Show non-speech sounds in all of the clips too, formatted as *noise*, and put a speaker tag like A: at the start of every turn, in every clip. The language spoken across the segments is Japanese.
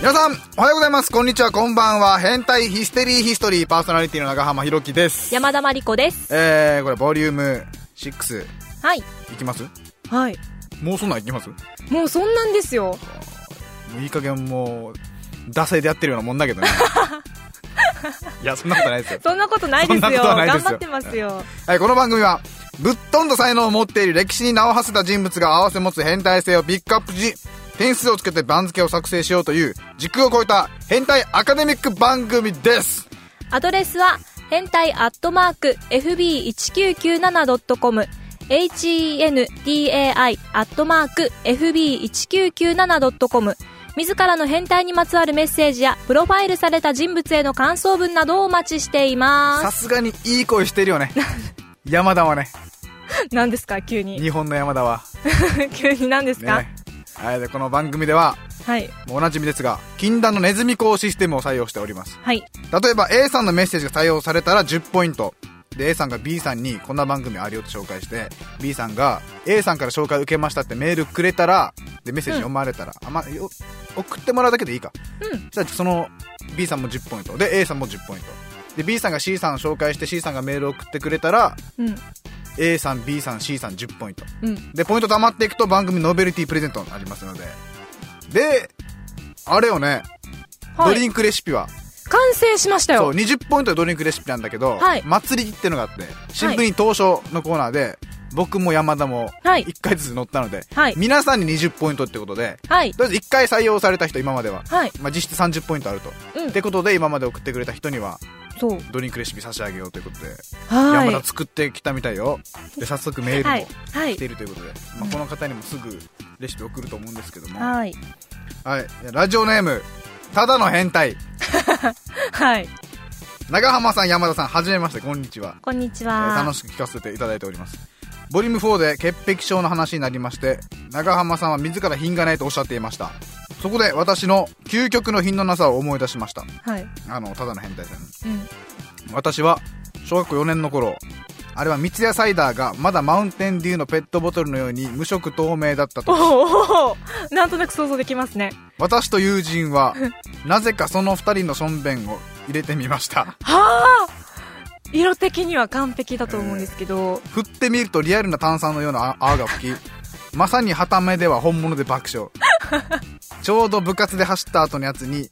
A: 皆さん、おはようございます。こんにちは、こんばんは。変態ヒステリーヒストリーパーソナリティの長浜ひろきです。
B: 山田真理子です。
A: えー、これ、ボリューム6、
B: はい。
A: いきます
B: はい。
A: もうそんなんいきますも
B: もうそんなんですよ。
A: ういい加減もう、惰性でやってるようなもんだけどね。いや、そんなことないですよ。
B: そんなことないです
A: そんな
B: よ。
A: ことないです
B: 頑
A: よ
B: 張ってますよ。
A: はい、この番組は、ぶっ飛んだ才能を持っている歴史に名を馳せた人物が合わせ持つ変態性をピックアップし、点数をつけて番付を作成しようという、時空を超えた変態アカデミック番組です。
B: アドレスは、変態アットマーク、fb1997.com、hendai アットマーク、fb1997.com、自らの変態にまつわるメッセージや、プロファイルされた人物への感想文などをお待ちしていま
A: さすがにいい声してる
B: *laughs*
A: よね。山田はね、
B: す。何ですか急に。
A: 日本の山田は。
B: *laughs* 急に何ですか、
A: ね。はい、で、この番組では、
B: はい。
A: もうおなじみですが、禁断のネズミ講システムを採用しております。
B: はい。
A: 例えば A さんのメッセージが採用されたら10ポイントで A さんが B さんにこんな番組あるよと紹介して B さんが A さんから紹介受けましたってメールくれたらでメッセージ読まれたら、あまよ送ってもらうだけでいいか、
B: うん
A: じゃあその B さんも10ポイントで A さんも10ポイントで B さんが C さんを紹介して C さんがメールを送ってくれたら
B: うん。
A: A さん B さん C さん10ポイント
B: うん。
A: でポイント貯まっていくと番組ノベルティプレゼントになりますのでであれよね、
B: は
A: ド
B: い。
A: リンクレシピは
B: 完成しました
A: そう
B: よ。
A: 20ポイントでドリンクレシピなんだけど、
B: はい
A: 祭りってのがあって新聞に当初のコーナーで、僕も山田も
B: はい
A: 1回ずつ乗ったので、
B: はい
A: 皆さんに20ポイントってことで
B: はい。
A: とりあえず1回採用された人今までは、
B: はい。
A: まあ、実質30ポイントあると、
B: うん
A: ってことで今まで送ってくれた人には
B: そう。
A: ドリンクレシピ差し上げようということで、
B: はい。
A: 山田作ってきたみたいよで早速メール
B: はい
A: も。
B: は
A: 来て
B: い。
A: いるということで、まあ、この方にもすぐレシピ送ると思うんですけども、はい
B: はい。
A: じゃあラジオネームただの変態
B: はい。
A: 長浜さん山田さんはじめましてこんにちは
B: こんにち
A: えー
B: は。
A: 楽しく聞かせていただいておりますボリューム4で潔癖症の話になりまして長浜さんは自ら品がないとおっしゃっていましたそこで私の究極の品のなさを思い出しました
B: はい。
A: あのただの変態さん
B: うん。
A: 私は小学校4年の頃あれは三ツ矢サイダーがまだマウンテンデューのペットボトルのように無色透明だったと
B: おお *laughs* なんとなく想像できますね。
A: 私と友人はなぜかその2人のしょんべんを入れてみま
B: *laughs*
A: した
B: はあ色的には完璧だと思うんですけど、
A: 振ってみるとリアルな炭酸のような泡が吹きまさにはためでは本物で爆
B: *laughs*
A: 笑ちょうど部活で走った後のやつに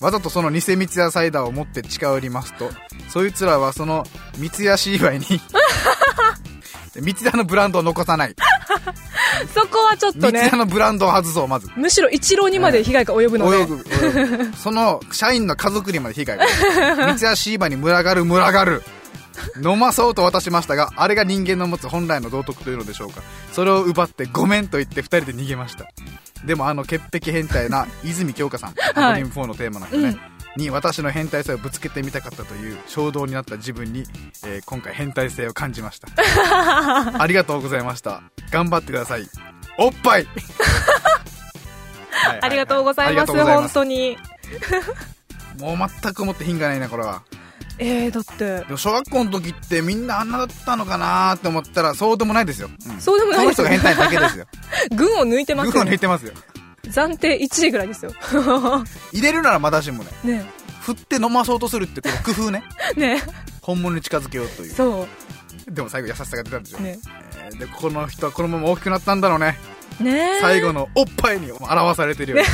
A: わざとその偽三ツ矢サイダーを持って近寄りますとそいつらはその三ツ矢シー
B: *laughs*
A: バイに三ツ矢のブランドを残さない
B: そこはちょっと
A: 三ツ
B: ね
A: 矢、のブランドを外そうまず
B: むしろ一郎にまで被害が及ぶの
A: 泳
B: で、
A: ぐ泳 *laughs* ぐその社員の家族にまで被害が出る三ツ矢シーバに群がる群がる飲まそうと渡しましたがあれが人間の持つ本来の道徳というのでしょうかそれを奪ってごめんと言って2人で逃げましたでもあの潔癖変態な泉京香さん
B: い
A: アドリーム4のテーマなんかね、に私の変態性をぶつけてみたかったという衝動になった自分に、えー今回変態性を感じました *laughs* ありがとうございました頑張ってくださいおっ
B: *laughs*
A: ぱいはいはいはい
B: ありがとうござい
A: ありが
B: ま
A: と
B: す、
A: うございま
B: 本当に。
A: もう全くもって品がないなこれは
B: えー、だって
A: で、も小学校の時ってみんなあんなだったのかなーって思ったらそうでもないですよ、うん
B: そうでもないです
A: その人が変態だけですよ
B: 群を抜いて
A: 群
B: *laughs* ま
A: を
B: すよ、
A: 抜いてますよ
B: 暫定1位ぐらいですよ。 *laughs*
A: 入れるならまだしもね
B: ね
A: 振って飲まそうとするってこの工夫ね
B: ね
A: 本物に近づけようという
B: そ
A: でも最後優しさが出たんでしょ、
B: う。ね
A: えーでこの人はこのまま大きくなったんだろうね
B: ね
A: 最後のおっぱいに表されてるよ
B: *laughs*
A: ね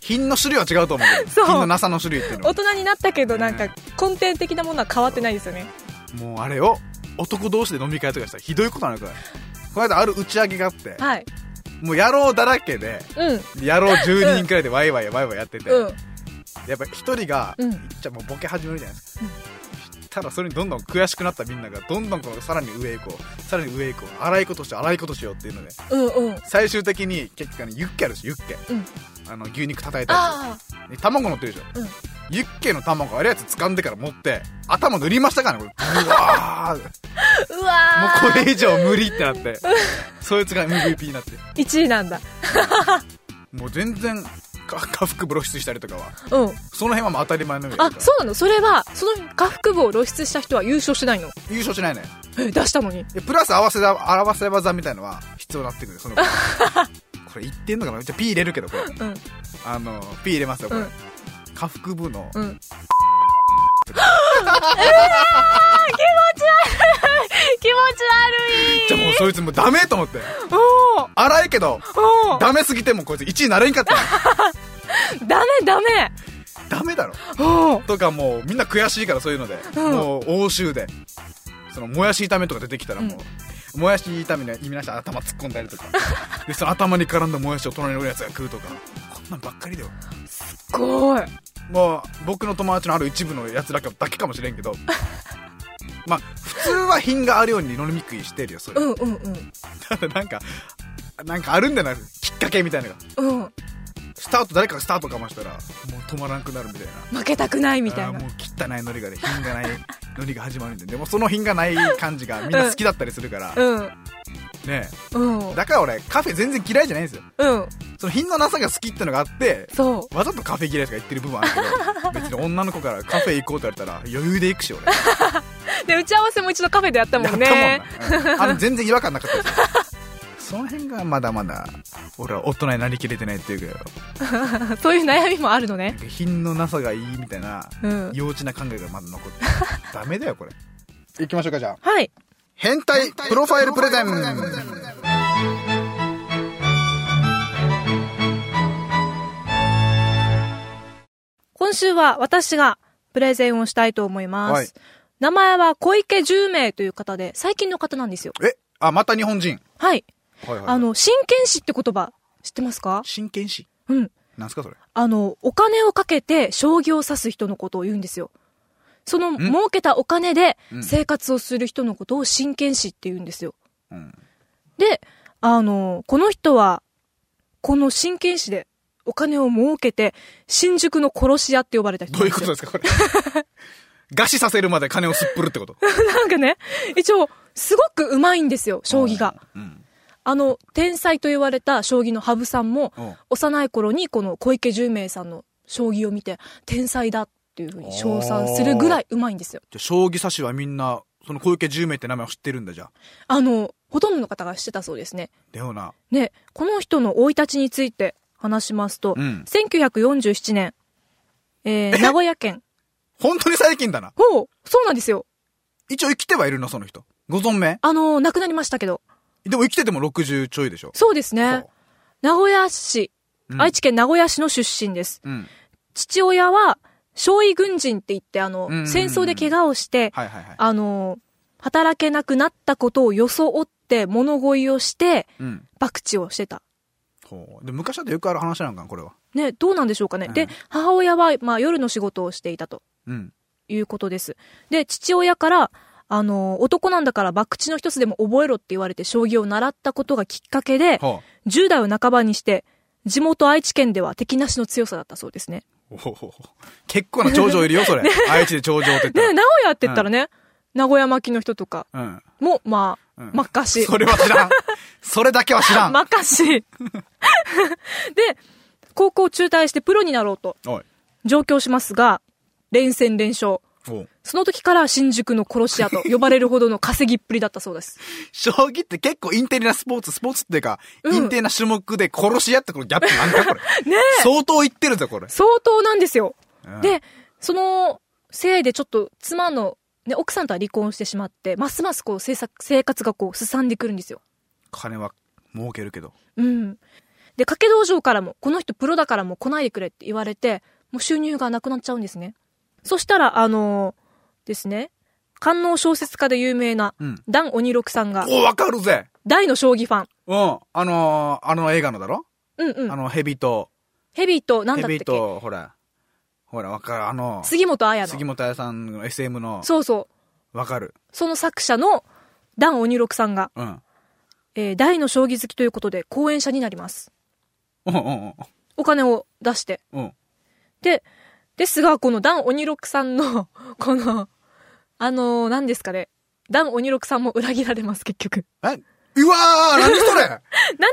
A: 品の種類は違うと思うけ
B: そ
A: ど
B: う
A: 品のなさの種類っていうの
B: 大
A: は
B: 人になったけど、なんか
A: ね
B: 根底的なものは変わってないですよね。
A: もうあれを男同士で飲み会とかしたらひどいことなのからこの間ある打ち上げがあって、
B: はい。
A: もう野郎だらけで
B: うん。
A: 野郎10人くらいでワイワイワイワイやってて、
B: うん。
A: やっぱ一人が、
B: うん
A: いっちゃもうボケ始めるじゃないですか、ただそれにどんどん悔しくなったみんながどんどんこのさらに上へ行こうさらに上へ行こう荒いことしよう荒いことしようっていうので
B: うんうん。
A: 最終的に結局あのユッケあるでしょユッケ、
B: うん
A: あの牛肉叩いたや
B: あ
A: つで卵乗ってるでしょ、
B: うん
A: ユッケの卵あれやつ掴んでから持って頭塗りましたからねこれうわーも
B: あ。うわ
A: うこれ以上無理ってなって *laughs* そいつが MVP になって
B: ー。1位なんだ。
A: もう全然か下腹部露出したりとかは
B: うん。
A: その辺はもう当たり前のようにや
B: あ
A: るか、ら
B: そうなのそれは、その下腹部を露出した人は優勝してないの。
A: 優勝しないね
B: え、出したのに。 *laughs*
A: でプラス合わせだ合わせ技みたいのは必要になってくるその子これ言ってんのかなじゃあ P 入れるけどこれ
B: うん
A: あの P 入れますよこれ、
B: うん
A: 下腹部の
B: うん気持 *laughs*
A: じゃあもうそいつもうダメと思って
B: ち悪いおー
A: 荒いけど
B: おー
A: ダメすぎてもうこいつ1位になれんかったよ
B: ダメダメ
A: ダメだろ
B: おー
A: とかもうみんな悔しいからそういうので、
B: うん
A: もう欧州でそのもやし炒めとか出てきたらもう、もやし炒めの意味なし頭突っ込んだ
B: *laughs*
A: りとかでその頭に絡んだもやしを隣のやつが食うとかこんなんばっかりだよ
B: すごい
A: もう僕の友達のある一部のやつらだ
B: *laughs*
A: けかもしれんけどまあ普通は品があるように飲み食いしてるよそれ、
B: うんうんうん
A: ただ *laughs* なんかなんかあるんだよなきっかけみたいなのが
B: うん
A: スタート誰かがスタートかましたらもう止まらなくなるみたいな
B: 負けたくないみたい
A: あー
B: な
A: もう汚い海苔がね品がない海苔が始まるんででもその品がない感じがみんな好きだったりするから、
B: うん
A: ね
B: うん
A: だから俺カフェ全然嫌いじゃないんですよ
B: うん
A: その品のなさが好きってのがあって
B: そ
A: わざとカフェ嫌いとか言ってる部分あるけど
B: *laughs*
A: 別に女の子からカフェ行こうって言われたら余裕で行くし俺
B: うで打ち合わせも一度カフェでやったもんね
A: やったもん
B: *laughs*
A: な、うんあれ全然違和感なかったですよその辺がまだまだ俺は大人になりきれてないっていうか
B: *laughs* そういう悩みもあるのね。
A: 品のなさがいいみたいな
B: うん。
A: 幼稚な考えがまだ残
B: *laughs*
A: ってるダメだよこれ行きましょうかじゃあ
B: はい。
A: 変態プロファイルプレゼン
B: 今週は私がプレゼンをしたいと思います。
A: はい
B: 名前は小池十名という方で、最近の方なんですよ。
A: えあまた日本人
B: はい。
A: はいはい
B: あの、真剣士って言葉、知ってますか
A: 真剣士
B: うん。
A: なんすかそれ
B: あの、お金をかけて将棋を指す人のことを言うんですよ。その、儲けたお金で
A: うん
B: 生活をする人のことを真剣士って言うんですよ。
A: うん
B: で、あの、この人は、この真剣士でお金を儲けて、新宿の殺し屋って呼ばれた人
A: どういうことですす *laughs* かこれ餓死させるまで金をすっぷるってこと
B: よなんかね、一応、すごく上手いんですよ、将棋が。
A: うん
B: あの、天才と言われた将棋の羽生さんも、
A: うん
B: 幼い頃にこの小池十明さんの将棋を見て、天才だっていうふうに称賛するぐらい上手いんですよ。
A: じゃあ将棋指しはみんなその小池10名って名前を知ってるんだじゃあ
B: あの、ほとんどの方がしてたそうですね。
A: だよな
B: ね、この人の生い立ちについて話しますと、
A: うん
B: 1947年、えー名古屋県。
A: 本当に最近だな
B: ほう、そうなんですよ。
A: 一応生きてはいるのその人ご存命
B: あの、亡くなりましたけど。
A: でも生きてても60ちょいでしょ
B: そうですね
A: そ。
B: 名古屋市、
A: うん
B: 愛知県名古屋市の出身です。
A: うん
B: 父親は、少尉軍人って言って、あの、
A: うんうんうん
B: 戦争で怪我をして、
A: はいはいはい
B: あの、働けなくなったことを装って物乞いをして、
A: うん
B: 博打をしてた。
A: ほうで昔だとよくある話なんかなこれは
B: ね、どうなんでしょうかね。
A: うん
B: で、母親は、まあ、夜の仕事をしていたと
A: うん
B: いうことです。で、父親から、あの、男なんだから博打の一つでも覚えろって言われて将棋を習ったことがきっかけで、
A: は
B: 10代を半ばにして、地元愛知県では敵なしの強さだったそうですね。
A: おおお *laughs* 結構な頂上いるよそれ、愛知で頂上って言った
B: ね
A: ら
B: 名古屋って言ったらね、名古屋巻きの人とか
A: うん
B: も、まあ、
A: うん
B: 真っ赤し。
A: それは知らん。それだけは知
B: *laughs*
A: らん。
B: 真っ
A: *laughs*
B: 赤し。で、高校を中退してプロになろうと
A: おい。
B: 上京しますが、連戦連勝。
A: おう
B: その時から新宿の殺し屋と呼ばれるほどの稼ぎっぷりだったそうです。
A: 将棋って結構インテリなスポーツ、スポーツっていうか、
B: うん
A: インテリな種目で殺し合ってこのギャップなんだこれ。
B: *laughs* ねえ
A: 相当いってるぞ、これ。
B: 相当なんですよ。
A: うん、
B: で、そのせいでちょっと妻の、ね、奥さんとは離婚してしまって、ますますこう生作生活がこうすさんでくるんですよ。
A: 金は儲けるけど。
B: うん。で、掛け道場からも、この人プロだからもう来ないでくれって言われて、もう収入がなくなっちゃうんですね。そしたら、あのーですね、官能小説家で有名な
A: うん、
B: ダン・オニロクさんが、
A: おうわかるぜ。
B: 大の将棋ファン。
A: うん。あのー、あの映画のだろ、
B: うんう
A: あ
B: ん。
A: の、ヘビと、
B: ヘビーと、なん
A: ヘ
B: だったっ
A: ビ
B: け
A: と、ほら、ほら、わかる。あの、
B: 杉本彩
A: 杉
B: の。
A: 本彩さんの SM の、
B: そうそう。
A: わかる。
B: その作者の、ダン・オニロクさんが、
A: うん。
B: えー大の将棋好きということで、講演者になります。
A: うんうん
B: お金を出して。
A: うん。うん。
B: で、ですが、このダン・オニロクさんの、 *laughs* この、あのー、何ですかね。ダン・オニロクさんも裏切られます、結局。 *laughs*
A: えうわー何それ
B: なんて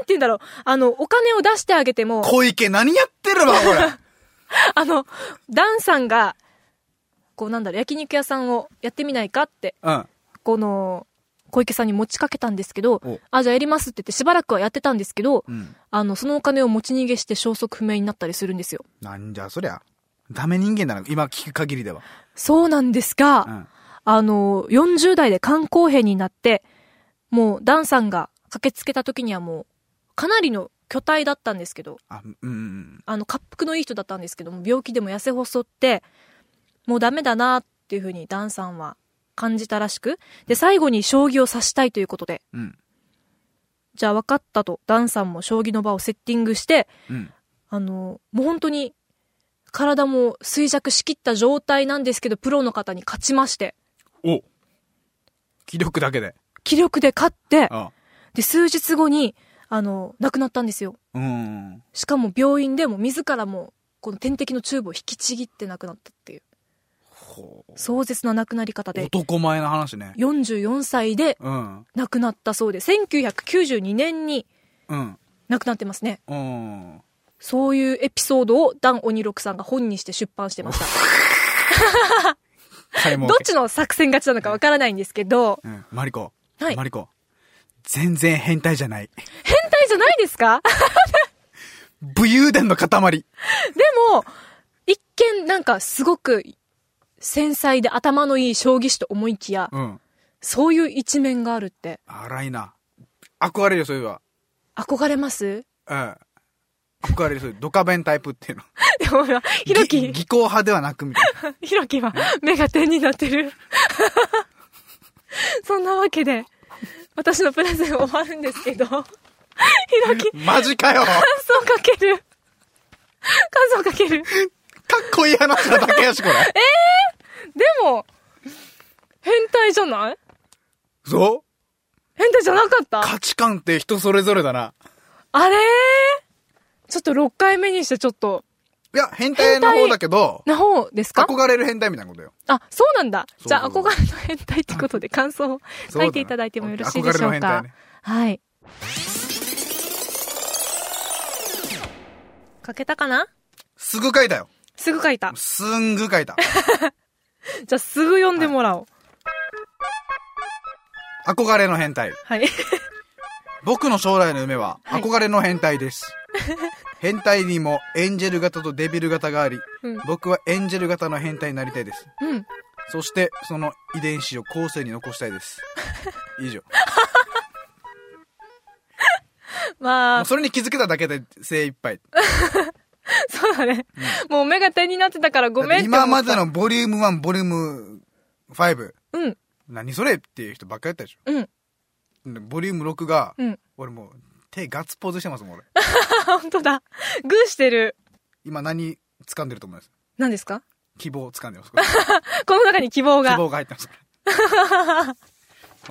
B: 言うんだろう。あの、お金を出してあげても、
A: 小池何やって
B: *laughs*
A: るわ、これ。
B: あの、ダンさんが、こうなんだろう、焼肉屋さんをやってみないかって、
A: うん。
B: この、小池さんに持ちかけたんですけど
A: お、
B: あ、じゃあやりますって言ってしばらくはやってたんですけど、
A: うん。
B: あの、そのお金を持ち逃げして消息不明になったりするんですよ。
A: なんじゃそりゃ。ダメ人間だな、今聞く限りでは。
B: そうなんですが、
A: うん。
B: あの、40代で肝硬変になって、もう、ダンさんが駆けつけた時にはもう、かなりの巨体だったんですけど、
A: あ、うんうんうん。
B: あの、滑腹のいい人だったんですけども、病気でも痩せ細って、もうダメだなっていうふうにダンさんは感じたらしく、で、最後に将棋を指したいということで、
A: うん。
B: じゃあ分かったと、ダンさんも将棋の場をセッティングして、
A: うん。
B: あの、もう本当に、体も衰弱しきった状態なんですけど、プロの方に勝ちまして、
A: お気力だけで。
B: 気力で勝って、
A: あ
B: で、数日後に、あの、亡くなったんですよ。
A: うん。
B: しかも病院でも自らも、この点滴のチューブを引きちぎって亡くなったっていう、
A: ほう
B: 壮絶な亡くなり方で、
A: 男前な話ね。
B: 44歳で
A: うん。
B: 亡くなったそうで、1992年に
A: うん。
B: 亡くなってますね。
A: うん。
B: そういうエピソードをダン・オニロクさんが本にして出版してました。
A: 買い
B: ど
A: 物
B: っちの作戦勝ちなのかわからないんですけど、
A: うん。マリコ。
B: はい
A: マリコ。全然変態じゃない。
B: 変態じゃないですか *laughs*
A: 武勇伝の塊。
B: でも、一見なんかすごく繊細で頭のいい将棋士と思いきや、
A: うん。
B: そういう一面があるって
A: 荒いな。憧れるよ、そういえば。
B: 憧れます
A: うん。憧れる、そういうドカベンタイプって *laughs* いうの。
B: でもほら、 *laughs* ひろ
A: ぎ
B: き、
A: 技巧派ではなくみたいな。
B: ひろきは目が点になってる。 *laughs* そんなわけで、私のプレゼン終わるんですけど、ひろき、
A: マジかよか
B: 数をかける。数をかける。
A: っこいい話なだけやし、これ。
B: でも、変態じゃない
A: そう
B: 変態じゃなかった
A: 価値観って人それぞれだな。
B: あれーちょっと6回目にしてちょっと、
A: いや、変態の方だけど、
B: な方ですか
A: 憧れる変態みたいなことよ。
B: あ、そうなんだ。
A: そう
B: じゃあ、
A: そうそう
B: 憧れの変態ってことで感想を
A: そうだ
B: 書
A: ね
B: いていただいてもよろしいでしょ
A: 憧れの変
B: う
A: 態
B: か
A: ね。
B: はい。書けたかな
A: すぐ書いたよ。
B: すぐ書いた。
A: すんぐ書いた。
B: じゃあ、すぐ読んでもらおう。
A: 憧れの変態。
B: はい。
A: 僕の将来の夢は
B: はい
A: 憧れの変態です。変態にもエンジェル型とデビル型があり、
B: *laughs* うん
A: 僕はエンジェル型の変態になりたいです。
B: うん。
A: そして、その遺伝子を後世に残したいです。以上。
B: ま
A: も
B: あ
A: う、それに気づけただけで精一杯。
B: そうだね。もう目が点になってたからごめんって思った
A: 今まで。のボリューム1、ボリューム5、
B: うん、
A: 何それっていう人ばっかりやったでし
B: うん、
A: ょ。でボリューム6が、
B: うん。
A: 俺もう手ガッツポーズしてますもん、俺。
B: あ、 *laughs* 本当だ。グーしてる。
A: 今何掴んでると思います
B: 何ですか
A: 希望掴んでます。
B: この中に希望が。
A: 希望が入ってます。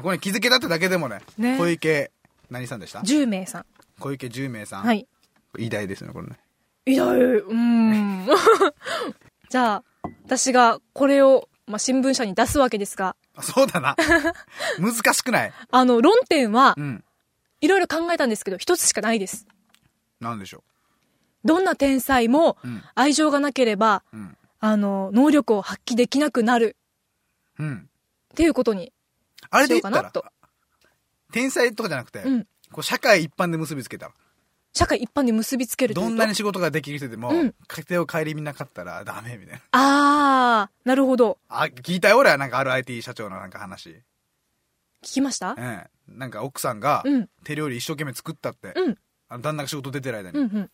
A: これ気づけたってだけでもね、
B: ね
A: 小池、何さんでした
B: 10名さん。
A: 小池10名さん。
B: はい。
A: 偉大ですよね、これね。
B: いや、うーん。 *laughs* じゃあ、私がこれを、まあ、新聞社に出すわけですが、
A: あそうだ
B: *laughs*
A: な。難しくない
B: あの、論点は
A: う、ん。
B: いろいろ考えたんですけど、一つしかないです。
A: なんでしょ
B: どんな天才も
A: う。うん。
B: 愛情がなければ、
A: うん。
B: あの、能力を発揮できなくなる
A: うん。
B: っていうことに
A: あれ
B: しよ
A: で
B: う
A: 言
B: か
A: った
B: な
A: ら、
B: と。
A: 天才とかじゃなくて、
B: うん。
A: こう社会一般で結びつけたら、
B: 社会一般で結びつけるという
A: ど
B: と
A: んなに仕事ができる人でも、
B: うん
A: 家庭を顧みなかったらダメみたいな。
B: あー、なるほど。
A: あ、聞いたよ、俺はなんかある IT 社長のなんか話。
B: 聞きました
A: うん。なんか奥さんが
B: うん、
A: 手料理一生懸命作ったって、
B: うん、
A: あの旦那が仕事出てる間に
B: うん、う。ん。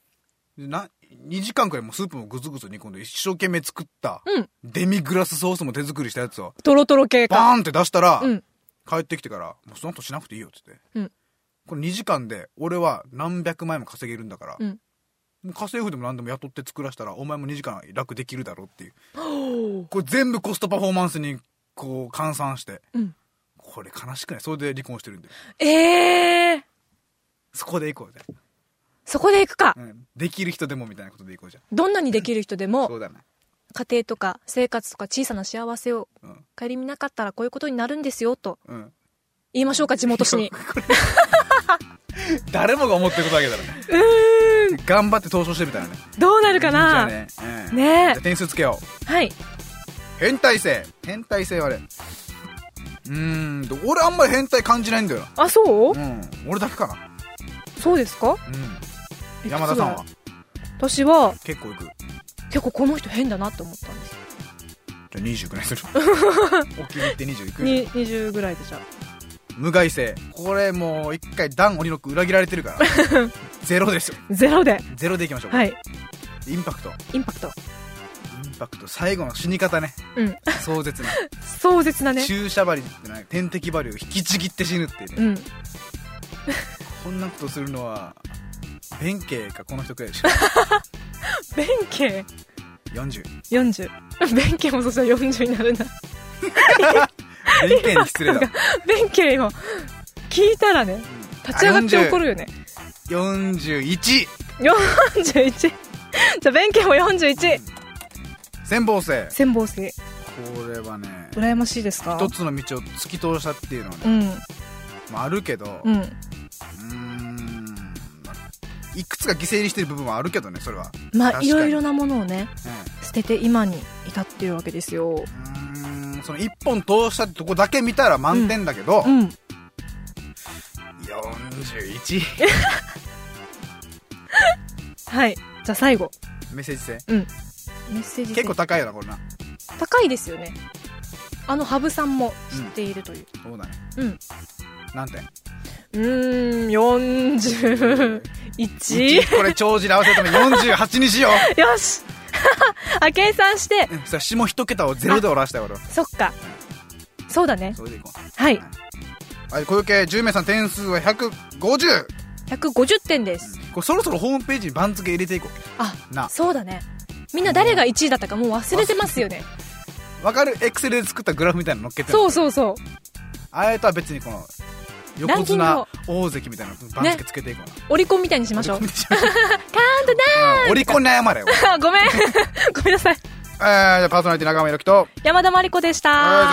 A: でな2時間くらいもうスープもぐずぐず煮込んで一生懸命作った、
B: うん。
A: デミグラスソースも手作りしたやつを
B: トロトロ系
A: バ
B: か。
A: ーンって出したら、
B: うん。
A: 帰ってきてから「もうその後しなくていいよ」っつって、
B: うん
A: これ2時間で俺は何百万円も稼げるんだから、
B: うん *gasps*
A: もう家政婦でも何でも雇って作らせたらお前も2時間楽できるだろうっていうこれ全部コストパフォーマンスにこう換算して
B: うん。
A: これ悲しくないそれで離婚してるんで
B: えー、
A: そこでいこうみたい
B: そこで行くか。
A: な、うん、できる人でもみたいなことでいこうじゃん
B: どんなにできる人でも
A: そ、うだね
B: 家庭とか生活とか小さな幸せを
A: うん
B: 顧みなかったらこういうことになるんですよと
A: うん
B: 言いましょうか地元市
A: *laughs*
B: に
A: 誰もが思ってることだけだろね
B: うーん
A: 頑張って投票してみたらね
B: どうなるか
A: じゃあ
B: な
A: ね,、うん、
B: ねえ
A: じゃあ点数つけよう
B: はい
A: 変態性変態性はあれうーんと俺あんまり変態感じないんだよ
B: あ、そう、
A: なうん俺だけかな
B: そうです
A: う
B: か
A: ん
B: いくつ
A: 山田さん
B: ぐら
A: はい
B: 私は、
A: 結構いくじゃ
B: 結構この人変だなって思ったんです。
A: あ20くらいす
B: *laughs*
A: るお気に入って20いく
B: に20ぐらいでじゃあ。
A: 無害性これもう一回ダン鬼の句裏切られてるから
B: *laughs*
A: ゼロですよ
B: ゼロで。
A: ゼロでいきましょう、
B: はい。
A: インパクト
B: インパクト。
A: インパクト最後の死に方ね
B: うん。 *laughs*
A: 壮絶な、
B: 壮絶なね。
A: 注射針ってない点滴針を引きちぎって死ぬっていうね、
B: うん。
A: こんなことするのは弁慶かこの人くらいでしょ
B: 弁慶
A: 40
B: 40。弁 *laughs* 慶もそしたら40になるな。
A: 弁慶に失礼だ
B: なんか弁慶今、聞いたらね、立ち上がって怒るよね。
A: 41
B: 41。じゃあ弁慶も41。
A: 潜望性
B: 千房星。
A: これはね
B: 羨ましいですか
A: 一つの道を突き通したっていうのはね、
B: うん。
A: まあ、あるけど
B: う。
A: うんーんいくつか犠牲にしてる部分はあるけどねそれは、
B: ま
A: 確か
B: あ、
A: に
B: いろいろなものをね、
A: うん
B: 捨てて今に至っているわけですよ。
A: うーんその一本通したってとこだけ見たら満点だけど、
B: うん。
A: 41
B: はい。じゃあ最後。
A: メッセージ性
B: メッセージ性
A: 結構高いよなこれな
B: 高いですよね。あの羽生さんも知っているという。
A: そうだね
B: うん。
A: 何点
B: うーん、41?
A: うちこれ長寿で合わせるために48にしよう
B: よし *laughs* あ、計算して、
A: うんさ下一桁をゼロで終わらしたい俺は
B: そっか。そうだね。
A: それでいこう
B: はい。
A: はい小池10名さん点数は150
B: 150点です。
A: これそろそろホームページに番付入れていこ
B: あ、
A: うな
B: そうだね。みんな誰が1位だったかもう忘れてますよね。
A: わかるエクセルで作ったグラフみたいなの乗っけて
B: そううそうそ
A: あれとは別にこの
B: ラ
A: 横
B: ンキングを
A: 綱大関みたいな番付つけていこうな、
B: う。オリコンみたいにしましょう
A: カ。 *laughs* オリコンに謝れよ
B: あ *laughs* ごめん。ごめんなさい。
A: えー、じゃあパーソナリティ仲間由紀と
B: 山田真理子でした。
A: は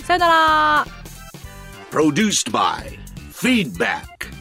A: いさよなら
B: さよなら。
C: Produced by Feedback.